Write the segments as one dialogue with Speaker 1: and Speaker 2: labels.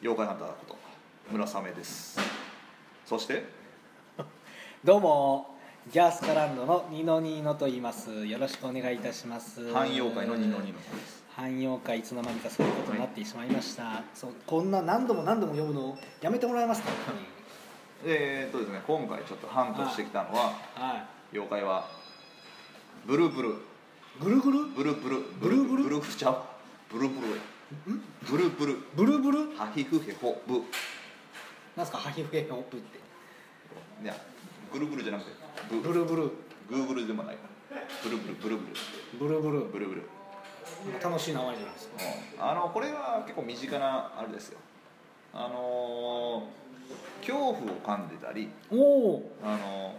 Speaker 1: 妖怪ハンターこと村雨ですそして
Speaker 2: どうもジャースカランドのニノニーノと言いますよろしくお願いいたします
Speaker 1: 汎妖怪のニノニノです
Speaker 2: 汎用会いつの間にかそういうことになってしまいました、そうこんな何度も何度も読むのやめてもらえますか本
Speaker 1: えー、っとですね今回ちょっとハントしてきたのは
Speaker 2: 当には
Speaker 1: 妖怪はブルブル
Speaker 2: いぐるぐる
Speaker 1: ブルブル
Speaker 2: ブルブル
Speaker 1: ブルブルちゃうブルブルブルブル
Speaker 2: ブルブル
Speaker 1: ハヒフヘホブ
Speaker 2: なんすかハヒフヘホップって
Speaker 1: いやぐるぐるじゃなくてブ
Speaker 2: ブルブル
Speaker 1: グーグルでもないブルブルブルブル
Speaker 2: ブルブル
Speaker 1: ブルブル
Speaker 2: 楽しい名前じゃないですか
Speaker 1: うんあのこれは結構身近なあれですよあのー恐怖を感じたり、
Speaker 2: おお
Speaker 1: あのー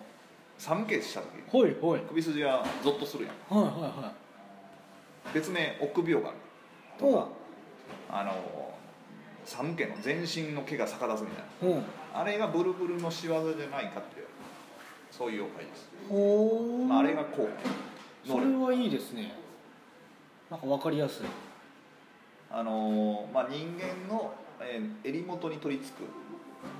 Speaker 1: 寒気した時
Speaker 2: ほいほいはい
Speaker 1: 首筋がゾッとするやん
Speaker 2: はいは
Speaker 1: 別名臆病がある
Speaker 2: いと
Speaker 1: あのー寒気の全身の毛が逆立つみたい
Speaker 2: うん
Speaker 1: なあれがブルブルの仕業じゃないかっていうそういう妖怪です、
Speaker 2: ほー
Speaker 1: まあ、あれがこう
Speaker 2: そ
Speaker 1: 能
Speaker 2: れ
Speaker 1: 力
Speaker 2: はいいですねなんかわかりやすい
Speaker 1: あのーまあ、人間の、えー襟元に取り付く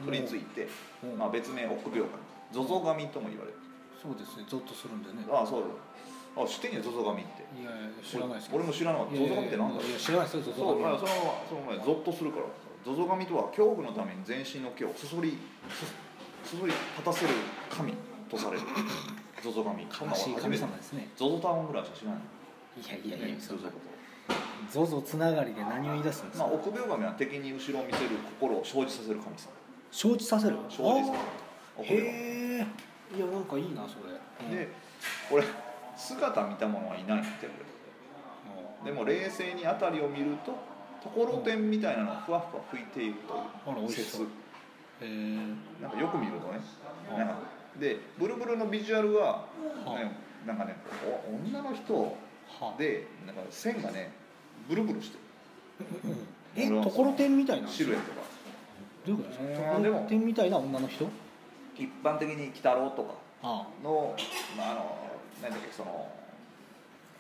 Speaker 1: 取り付いて、
Speaker 2: うん
Speaker 1: まあ、別名臆病神ゾゾ神とも言われる
Speaker 2: そうですねゾッとするんでね
Speaker 1: ああそうだあ知ってんやゾゾ神って
Speaker 2: いやいや知らないですけど
Speaker 1: 俺も知らなかったゾゾ神ってなんだろ
Speaker 2: いうや知らないですよゾ
Speaker 1: そう
Speaker 2: ゾ
Speaker 1: まあ
Speaker 2: 神
Speaker 1: そのその前ゾッとするからゾゾ神とは恐怖のために全身の毛をそそりそそり立たせる神とされる ゾゾ神
Speaker 2: 悲しい神
Speaker 1: ゾ
Speaker 2: 様ですね
Speaker 1: ゾタウンぐらいしか知らない
Speaker 2: いやいやいや
Speaker 1: ゾゾ
Speaker 2: ゾゾつながりで何を言い出すんです
Speaker 1: まあ
Speaker 2: か
Speaker 1: 臆病神は敵に後ろを見せる心を生じさせる神様
Speaker 2: 承知させる
Speaker 1: 生じさ
Speaker 2: あー
Speaker 1: せる臆病
Speaker 2: へえいやなんかいいなそれ
Speaker 1: 神でこれ姿見た者はいないってこれでも冷静に辺りを見るとところてんみたいなのがふわふわ吹いている
Speaker 2: あら
Speaker 1: と
Speaker 2: 美
Speaker 1: いう
Speaker 2: 味し
Speaker 1: 説
Speaker 2: そうへえ
Speaker 1: なんかよく見るとね
Speaker 2: うん
Speaker 1: なんかでブルブルのビジュアルは、
Speaker 2: うん
Speaker 1: ね、なんかねお女の人
Speaker 2: は
Speaker 1: でなんか線がねブルブルして
Speaker 2: えところてんみたい
Speaker 1: る
Speaker 2: な
Speaker 1: シルエッ
Speaker 2: ど
Speaker 1: トが
Speaker 2: ういうことです
Speaker 1: うん
Speaker 2: かところてんみたいな女の人
Speaker 1: 一般的に鬼太郎とか
Speaker 2: あ
Speaker 1: の,、まあ、あの何だっけその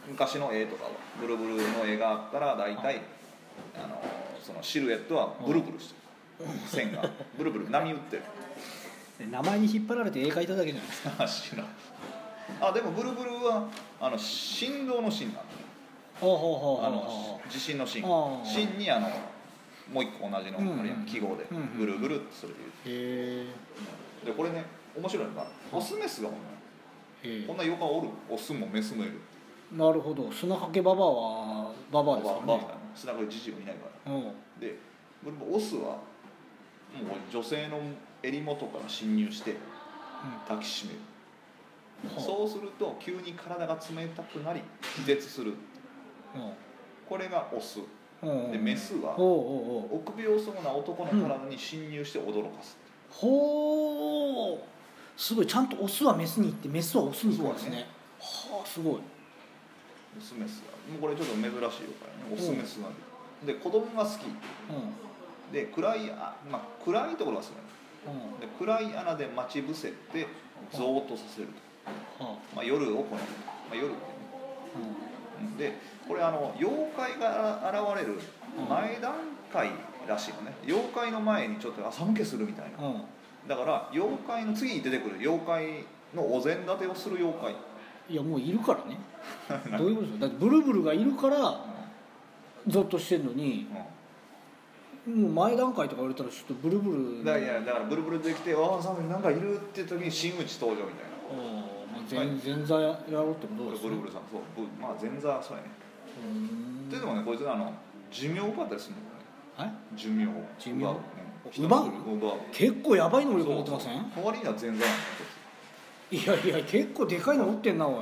Speaker 1: 昔の絵とかはブルブルの絵があったら大体、あのそのシルエットはブルブルしてる、線がブルブル波打ってる
Speaker 2: あ名前に引っ張られて絵描いただけじゃないですか
Speaker 1: あ知らんあでもブルブルはあの振動の振なんだ
Speaker 2: ほうほうほう
Speaker 1: あ
Speaker 2: ほうほ
Speaker 1: の地震の震
Speaker 2: あー
Speaker 1: 震にあのもう一個同じの
Speaker 2: うんうん
Speaker 1: あれやん記号で
Speaker 2: うんうん
Speaker 1: ぐるぐるってそれで
Speaker 2: うへ
Speaker 1: 言うでこれね面白いのがオスメスがおんのよ
Speaker 2: え
Speaker 1: こんな妖怪おるオスもメスもいる
Speaker 2: なるほど砂かけババアはババアですから
Speaker 1: ババみ
Speaker 2: ね
Speaker 1: たいな砂がじじいはいないから
Speaker 2: うん
Speaker 1: でブルブルオスはもう女性の襟元から侵入して抱きしめる
Speaker 2: はあ
Speaker 1: そうすると急に体が冷たくなり気絶するこれがオス
Speaker 2: うんうん
Speaker 1: でメスは
Speaker 2: おうおうおう
Speaker 1: 臆病そうな男の体に侵入して驚かす、
Speaker 2: ほうすごいちゃんとオスはメスに行ってメスはオスに行くんですねはあすごい
Speaker 1: オスメスがもうこれちょっと珍しいよからねオスメスなんでで子供が好き
Speaker 2: う
Speaker 1: で暗いあ、まあ、暗いところが好きなの
Speaker 2: んうんは
Speaker 1: で暗い穴で待ち伏せてゾーッとさせると、
Speaker 2: あ
Speaker 1: まあ、夜をこの、まあ、夜ってねうんでこれあの妖怪が現れる前段階らしいのね妖怪の前にちょっとあ寒気するみたいな
Speaker 2: うんうん
Speaker 1: だから妖怪の次に出てくる妖怪のお膳立てをする妖怪
Speaker 2: いやもういるから ねどういうことですかだってブルブルがいるからゾッとしてんのに
Speaker 1: うん
Speaker 2: もう前段階とか言われたらちょっとブルブル
Speaker 1: だからいやだからブルブル出てきて「わあさんなんかいる」って時に真打ち登場みたいな
Speaker 2: うんもう全全座やろうってことです
Speaker 1: ブ
Speaker 2: ね
Speaker 1: ルブルさんそうブまあ前座そうやね、
Speaker 2: うーん
Speaker 1: っていうのもねこいつらあの寿命奪ったりするのよね
Speaker 2: はい
Speaker 1: 寿命を
Speaker 2: 寿命
Speaker 1: 奪ううん
Speaker 2: 奪う
Speaker 1: 人の奪う
Speaker 2: 結構やばい能力持ってません
Speaker 1: そうそう代わりには前座なんだよ
Speaker 2: いやいや結構でかいの持ってんなおい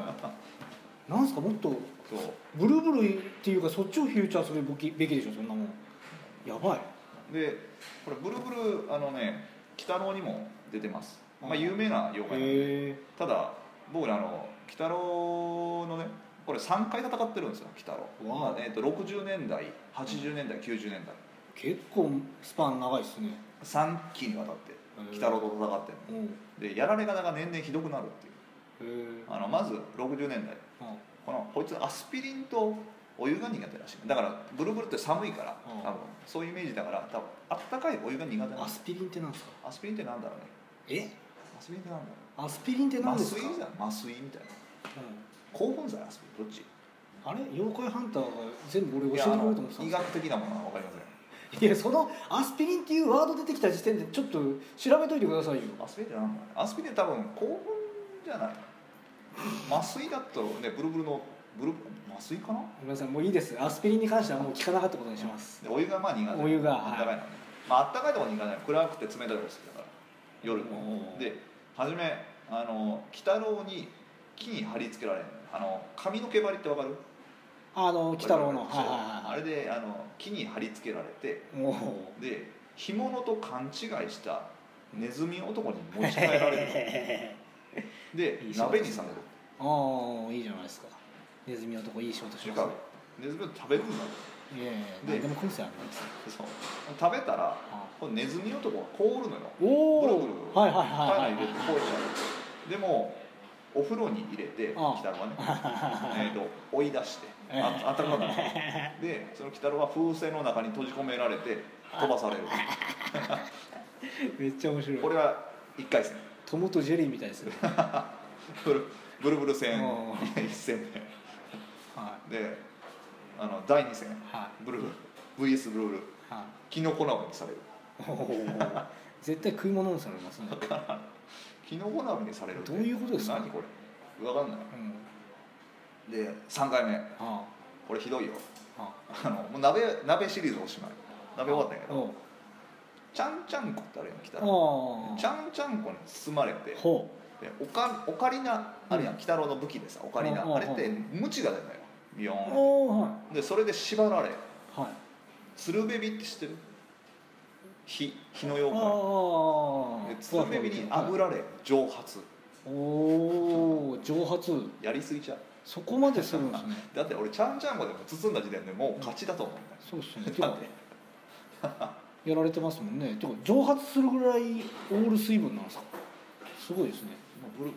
Speaker 2: なんすかもっと
Speaker 1: そうそ
Speaker 2: ブルブルっていうかそっちをフューチャーするべきべきでしょそんなもんやばいう
Speaker 1: でこれブルブルあのね鬼太郎にも出てます、まあ、
Speaker 2: うん
Speaker 1: 有名な妖怪なんで
Speaker 2: へ
Speaker 1: ただ僕らあの鬼太郎のねこれ3回戦ってるんですよ鬼太郎、
Speaker 2: わ
Speaker 1: ま
Speaker 2: あ
Speaker 1: あえー、と60年代80年代90年代
Speaker 2: え結構スパン長いっすね
Speaker 1: 3期にわたって
Speaker 2: うん
Speaker 1: 鬼太郎と戦って
Speaker 2: うんへ
Speaker 1: んのでやられ方が年々ひどくなるっていう
Speaker 2: え
Speaker 1: あのまず60年代
Speaker 2: あ
Speaker 1: このこいつアスピリンとお湯が苦手らしいだからブルブルって寒いから
Speaker 2: うん
Speaker 1: 多分そういうイメージだから多分あったかいお湯が苦手なんだ
Speaker 2: アスピリンってなんですか
Speaker 1: アスピリンってなんだろうね
Speaker 2: え
Speaker 1: アスピリンってなんだろ
Speaker 2: アスピリンって
Speaker 1: う
Speaker 2: 何
Speaker 1: 麻
Speaker 2: です
Speaker 1: 酔
Speaker 2: か
Speaker 1: じゃん麻酔みたいな興奮剤アスピリンどっち
Speaker 2: うんあれ妖怪ハンターが全部俺
Speaker 1: い
Speaker 2: 教え
Speaker 1: やあ
Speaker 2: てくれ
Speaker 1: の
Speaker 2: ると思ってたん
Speaker 1: 医
Speaker 2: ですよ
Speaker 1: 学的なものは分かりません
Speaker 2: いやそのアスピリンっていうワード出てきた時点でちょっと調べといてくださいよ
Speaker 1: アスピリンってなんだろうねアスピリンって多分興奮じゃない麻酔だとねブルブルのブル麻酔かな
Speaker 2: ごめんなさいもういいですアスピリンに関してはもう聞かなかったことにします
Speaker 1: でお湯がまあ苦手
Speaker 2: お湯が
Speaker 1: あったかいのね、まああったかいところに行かない暗くて冷たいとこ好きだから夜
Speaker 2: おー
Speaker 1: で初めあの鬼太郎に木に貼り付けられるあの髪の毛針ってわかる
Speaker 2: あの鬼太郎の
Speaker 1: そう
Speaker 2: はいはいは
Speaker 1: あ
Speaker 2: い
Speaker 1: れであの木に貼り付けられて
Speaker 2: もう
Speaker 1: で干物と勘違いしたネズミ男に持ち帰ら れるで
Speaker 2: いい仕事
Speaker 1: 鍋
Speaker 2: で
Speaker 1: に
Speaker 2: す
Speaker 1: さ
Speaker 2: ね
Speaker 1: れる
Speaker 2: ああいいじゃないですかネズミ男いい仕事し
Speaker 1: 中
Speaker 2: ま
Speaker 1: 華
Speaker 2: す
Speaker 1: 街ネズミ男食べるんだよ
Speaker 2: ねいやいや
Speaker 1: で
Speaker 2: 何でも食うせあるんです
Speaker 1: そう食べたら
Speaker 2: あ
Speaker 1: このネズミ男が凍るのよ
Speaker 2: お
Speaker 1: ぐる
Speaker 2: お
Speaker 1: ぐる
Speaker 2: はいはい
Speaker 1: 体
Speaker 2: はい
Speaker 1: 内入れて凍えちゃうでもお風呂に入れて
Speaker 2: ああ
Speaker 1: 鬼太郎 はねえーと追い出してああったかくなるでその鬼太郎は風船の中に閉じ込められて飛ばされる
Speaker 2: はいめっちゃ面白い
Speaker 1: これは1回戦
Speaker 2: トムとジェリーみたいですね
Speaker 1: ブルブルブル戦
Speaker 2: おう
Speaker 1: 1戦
Speaker 2: は
Speaker 1: 目であの第2戦
Speaker 2: いは
Speaker 1: ブルブル VS ブルブル
Speaker 2: いはい
Speaker 1: キノコ鍋にされる
Speaker 2: おー 絶対食い物にされますね、
Speaker 1: キノコ鍋にされるって
Speaker 2: どういうことですか
Speaker 1: 何これ分かんな
Speaker 2: う
Speaker 1: い
Speaker 2: ん、
Speaker 1: で3回目
Speaker 2: あ
Speaker 1: これひどいよ
Speaker 2: ああ
Speaker 1: あのもう鍋鍋シリーズおしまい鍋終わったんやけ
Speaker 2: あ
Speaker 1: どちゃんちゃんこってあるやん来たら
Speaker 2: お
Speaker 1: ちゃんちゃんこに包まれて
Speaker 2: ほ
Speaker 1: でオカオカリナあるやん
Speaker 2: う
Speaker 1: 鬼太郎の武器でさオカリナ
Speaker 2: うんうん
Speaker 1: あれってムチが出るのよビヨ
Speaker 2: う
Speaker 1: ーンっ
Speaker 2: おおは
Speaker 1: てでそれで縛られ
Speaker 2: いはい
Speaker 1: 鶴ベビって知ってる火火の
Speaker 2: あ
Speaker 1: 妖怪
Speaker 2: あ
Speaker 1: で鶴ベビにあぶ
Speaker 2: ら
Speaker 1: られ蒸発
Speaker 2: おおー蒸発
Speaker 1: やりすぎちゃう
Speaker 2: そこまでするんですね
Speaker 1: だって俺ちゃんちゃんこでも包んだ時点でもう勝ちだと思うんだよ
Speaker 2: そうっすねて
Speaker 1: だ
Speaker 2: か
Speaker 1: って
Speaker 2: やられてますもんねてか蒸発するぐらいオール水分なんですかすごいですね
Speaker 1: もうブル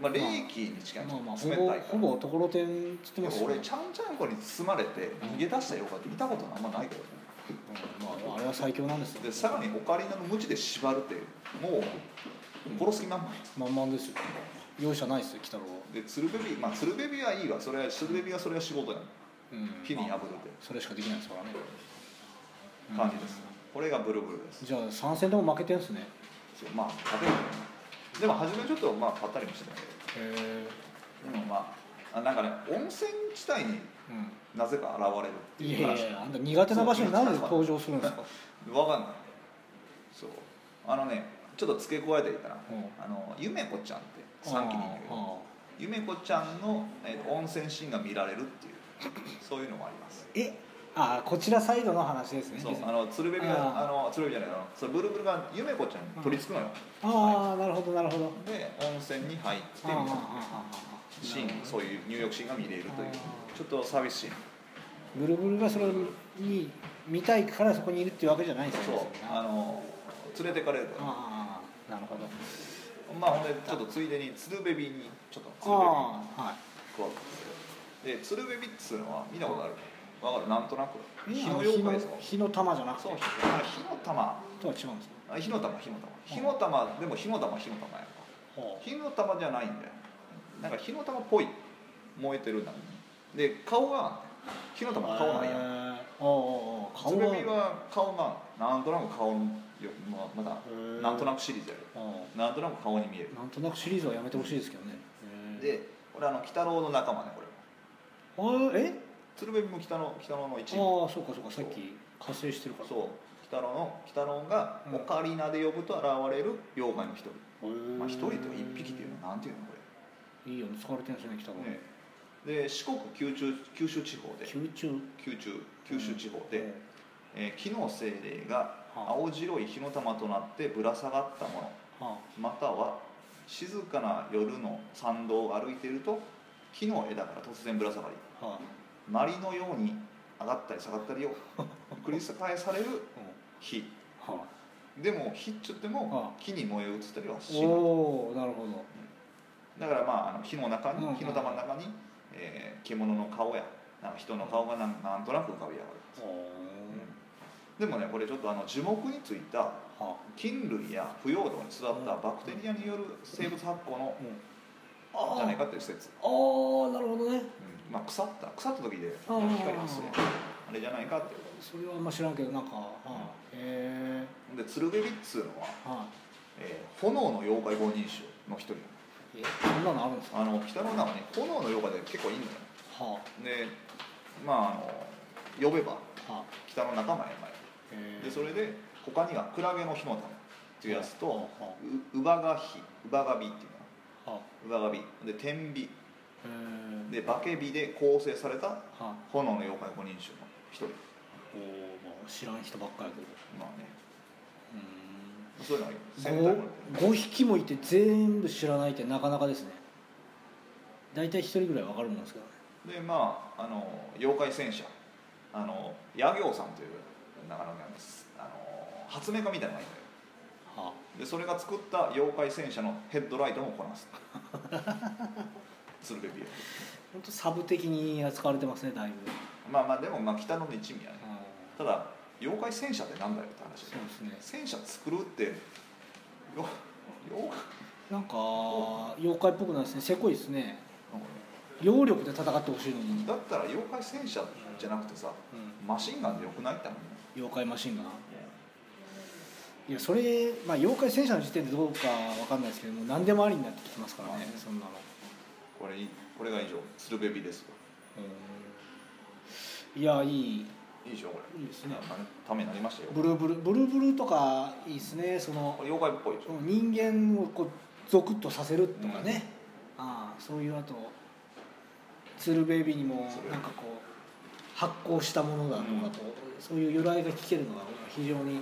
Speaker 1: まあ冷気に近い
Speaker 2: まあまあほ
Speaker 1: 冷た
Speaker 2: ぼ
Speaker 1: いから
Speaker 2: ほぼところてんつって
Speaker 1: でも
Speaker 2: ますよ、ね、
Speaker 1: 俺ちゃんちゃんこに包まれて逃げ出したよかって見たことあんまないけどね
Speaker 2: うんまああれは最強なんですよ
Speaker 1: でさらにオカリナの無知で縛るってもう殺す気満々
Speaker 2: 満々ですよ容赦ないですよ鬼太郎は
Speaker 1: で鶴瓶ビまあ鶴瓶ビはいいわそれは鶴瓶ビはそれは仕事やん
Speaker 2: うん
Speaker 1: 火に
Speaker 2: まあ
Speaker 1: 炙るって
Speaker 2: それしかできないですからね
Speaker 1: 感じです、これがブルブルです
Speaker 2: じゃあ3戦でも負けてんすね
Speaker 1: そうまあ勝てるでも初めちょっとまあ買ったりもしてたけ
Speaker 2: へえ
Speaker 1: どでもまああなんかね温泉地帯に
Speaker 2: う
Speaker 1: なぜか現れるって
Speaker 2: ん
Speaker 1: い
Speaker 2: いうや
Speaker 1: 話
Speaker 2: いやあんた苦手な場所になんで登場するんですか
Speaker 1: わかんないそうあのねちょっと付け加えていいかな、
Speaker 2: うん
Speaker 1: あのゆめこちゃんって3期にいる
Speaker 2: ああ
Speaker 1: ゆめこちゃんの、えー温泉シーンが見られるっていうそういうのもあります
Speaker 2: えあこちらサイドの話ですね
Speaker 1: そうあの鶴瓶が
Speaker 2: あ
Speaker 1: あの鶴瓶じゃないあのそのブルブルがゆめこちゃんに取り付くのよ、
Speaker 2: ああなるほどなるほど
Speaker 1: で温泉に入ってみたい
Speaker 2: ああああ
Speaker 1: な
Speaker 2: ああ
Speaker 1: シーン、そういう入浴シーンが見れるという
Speaker 2: あ
Speaker 1: ちょっと寂しい
Speaker 2: ブルブルがそれに見たいからそこにいるっていうわけじゃないんです
Speaker 1: そ
Speaker 2: よ
Speaker 1: う
Speaker 2: ね
Speaker 1: あ
Speaker 2: あ
Speaker 1: の連れてかれるから
Speaker 2: あなるほど
Speaker 1: まあほんでちょっとついでに鶴瓶にちょっと鶴瓶に
Speaker 2: ああはい
Speaker 1: 加わってで鶴瓶っつうのは見たことあるわかるなんとなく火の
Speaker 2: 火
Speaker 1: 妖
Speaker 2: の
Speaker 1: 怪ですか
Speaker 2: 火の玉じゃなくて
Speaker 1: そうあ火の玉
Speaker 2: とは違うんですか
Speaker 1: あ火の玉火の玉火の玉でも火の玉火の玉やんか
Speaker 2: ほ
Speaker 1: 火の玉じゃないんだよなんか火の玉っぽい燃えてるんだで顔が火の
Speaker 2: う
Speaker 1: 玉顔なんや
Speaker 2: へえおうおうおう
Speaker 1: つ
Speaker 2: 顔
Speaker 1: べ
Speaker 2: が
Speaker 1: みは顔がなんとなく顔によままだ
Speaker 2: へえ
Speaker 1: なんとなくシリーズやる
Speaker 2: あ
Speaker 1: なんとなく顔に見える
Speaker 2: あなんとなくシリーズはやめてほしいですけどね
Speaker 1: でこれあの鬼太郎の仲間ねこれ
Speaker 2: あーえ
Speaker 1: 鶴瓶も鬼太郎鬼太郎の一員
Speaker 2: ああそうかそうかさっき加勢してるから
Speaker 1: そう鬼太郎の鬼太郎が
Speaker 2: うん
Speaker 1: オカリナで呼ぶと現れる妖怪の一人、
Speaker 2: へー
Speaker 1: まあ一人と一匹っていうのはなんていうのこ
Speaker 2: いいよね使われてるんですよね北
Speaker 1: れ、
Speaker 2: 川、
Speaker 1: ね、で四国九州九州地方で
Speaker 2: 宮中
Speaker 1: 九州九州地方で、えー木の精霊が
Speaker 2: はあ
Speaker 1: 青白い火の玉となってぶら下がったもの
Speaker 2: は
Speaker 1: または静かな夜の参道を歩いていると木の枝から突然ぶら下がり
Speaker 2: あはあ
Speaker 1: 鳴りのように上がったり下がったりを繰り返される火
Speaker 2: うんは
Speaker 1: でも火っちゅって
Speaker 2: は
Speaker 1: も木に燃え移ったりは
Speaker 2: あ
Speaker 1: しない
Speaker 2: おおなるほど
Speaker 1: だからまああの火の中に
Speaker 2: うん
Speaker 1: 火の玉の中に、えー獣の顔やなんか人の顔がなんなんとなく浮かび上がる、
Speaker 2: お
Speaker 1: でもねこれちょっとあの樹木についた
Speaker 2: ーは
Speaker 1: 菌類や腐葉土に育ったバクテリアによる生物発酵の
Speaker 2: あ、うん、
Speaker 1: じゃない
Speaker 2: あ
Speaker 1: かっていう説、
Speaker 2: ーあーなるほどね
Speaker 1: うんまあ、腐った腐った時で
Speaker 2: あー
Speaker 1: 光発生あれじゃないかっていう
Speaker 2: それはあんま知らんけどなんか、はあ、へえ
Speaker 1: でツルベリっつうのは、
Speaker 2: は
Speaker 1: えー炎の妖怪五人種の一人
Speaker 2: いえそんなのあるんですか
Speaker 1: あの北の名はね炎の妖怪で結構いいんだよ
Speaker 2: は
Speaker 1: でまああの呼べば
Speaker 2: あはあ
Speaker 1: 北の仲間へ
Speaker 2: へ
Speaker 1: 参
Speaker 2: え
Speaker 1: でそれで他にはクラゲの火の玉っていうやつ
Speaker 2: は
Speaker 1: と
Speaker 2: あは
Speaker 1: うウバガヒウバガビっていうの
Speaker 2: あはあ
Speaker 1: ウバガビで天火
Speaker 2: へえ
Speaker 1: で化け火で構成された
Speaker 2: はあ
Speaker 1: 炎の妖怪五人種の一人
Speaker 2: おーまあ知らん人ばっかりやけど
Speaker 1: まあね
Speaker 2: う
Speaker 1: そういうのが
Speaker 2: ー
Speaker 1: 戦
Speaker 2: ん
Speaker 1: 隊
Speaker 2: 5五匹もいて全部知らないってなかなかですね大体一人ぐらいわかるもんですけどね
Speaker 1: でまああの妖怪戦車あの野行さんという長野県のすあの発明家みたいなのがいるんだよ
Speaker 2: は
Speaker 1: でそれが作った妖怪戦車のヘッドライトもこなす鶴瓶ビア
Speaker 2: あ本当サブ的に扱われてますねだいぶ
Speaker 1: まあまあでもまあ北の一味やね
Speaker 2: あ
Speaker 1: ただ妖怪戦車ってなんだよって話
Speaker 2: そうですね
Speaker 1: 戦車作るってよ妖怪
Speaker 2: なんか妖怪っぽくないですねせこいですね
Speaker 1: なんかね
Speaker 2: 揚力で戦ってほしいのに、
Speaker 1: だったら妖怪戦車じゃなくてさ
Speaker 2: うん
Speaker 1: マシンガンでよくないって話
Speaker 2: 妖怪マシンガンいやそれ、まあ、妖怪戦車の時点でどうかわかんないですけどもう何でもありになってきてますからね、
Speaker 1: まあね
Speaker 2: そんなの
Speaker 1: これいこれが以上鶴瓶ビですよ
Speaker 2: うんいやいい
Speaker 1: いいでしょこれ
Speaker 2: いいですね
Speaker 1: あのためになりましたよ
Speaker 2: ブルーブルブルーブルーとかいいですねそ
Speaker 1: こ
Speaker 2: の
Speaker 1: れ妖怪っぽいでしょ
Speaker 2: 人間をこうゾクッとさせるとかね、ああそういうあと鶴瓶日にも
Speaker 1: 鶴瓶
Speaker 2: なんかこう発酵したものだとかこう、そういう由来が聞けるのが非常に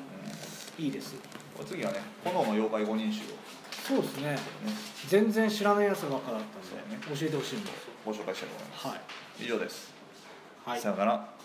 Speaker 2: いいです
Speaker 1: うん次はね炎の妖怪五人衆を
Speaker 2: そうですね
Speaker 1: ね
Speaker 2: 全然知らないやつばっかだったんで、
Speaker 1: そうね
Speaker 2: 教えてほしいもん
Speaker 1: ご紹介したいと思います
Speaker 2: はい
Speaker 1: 以上です、
Speaker 2: はい
Speaker 1: さようなら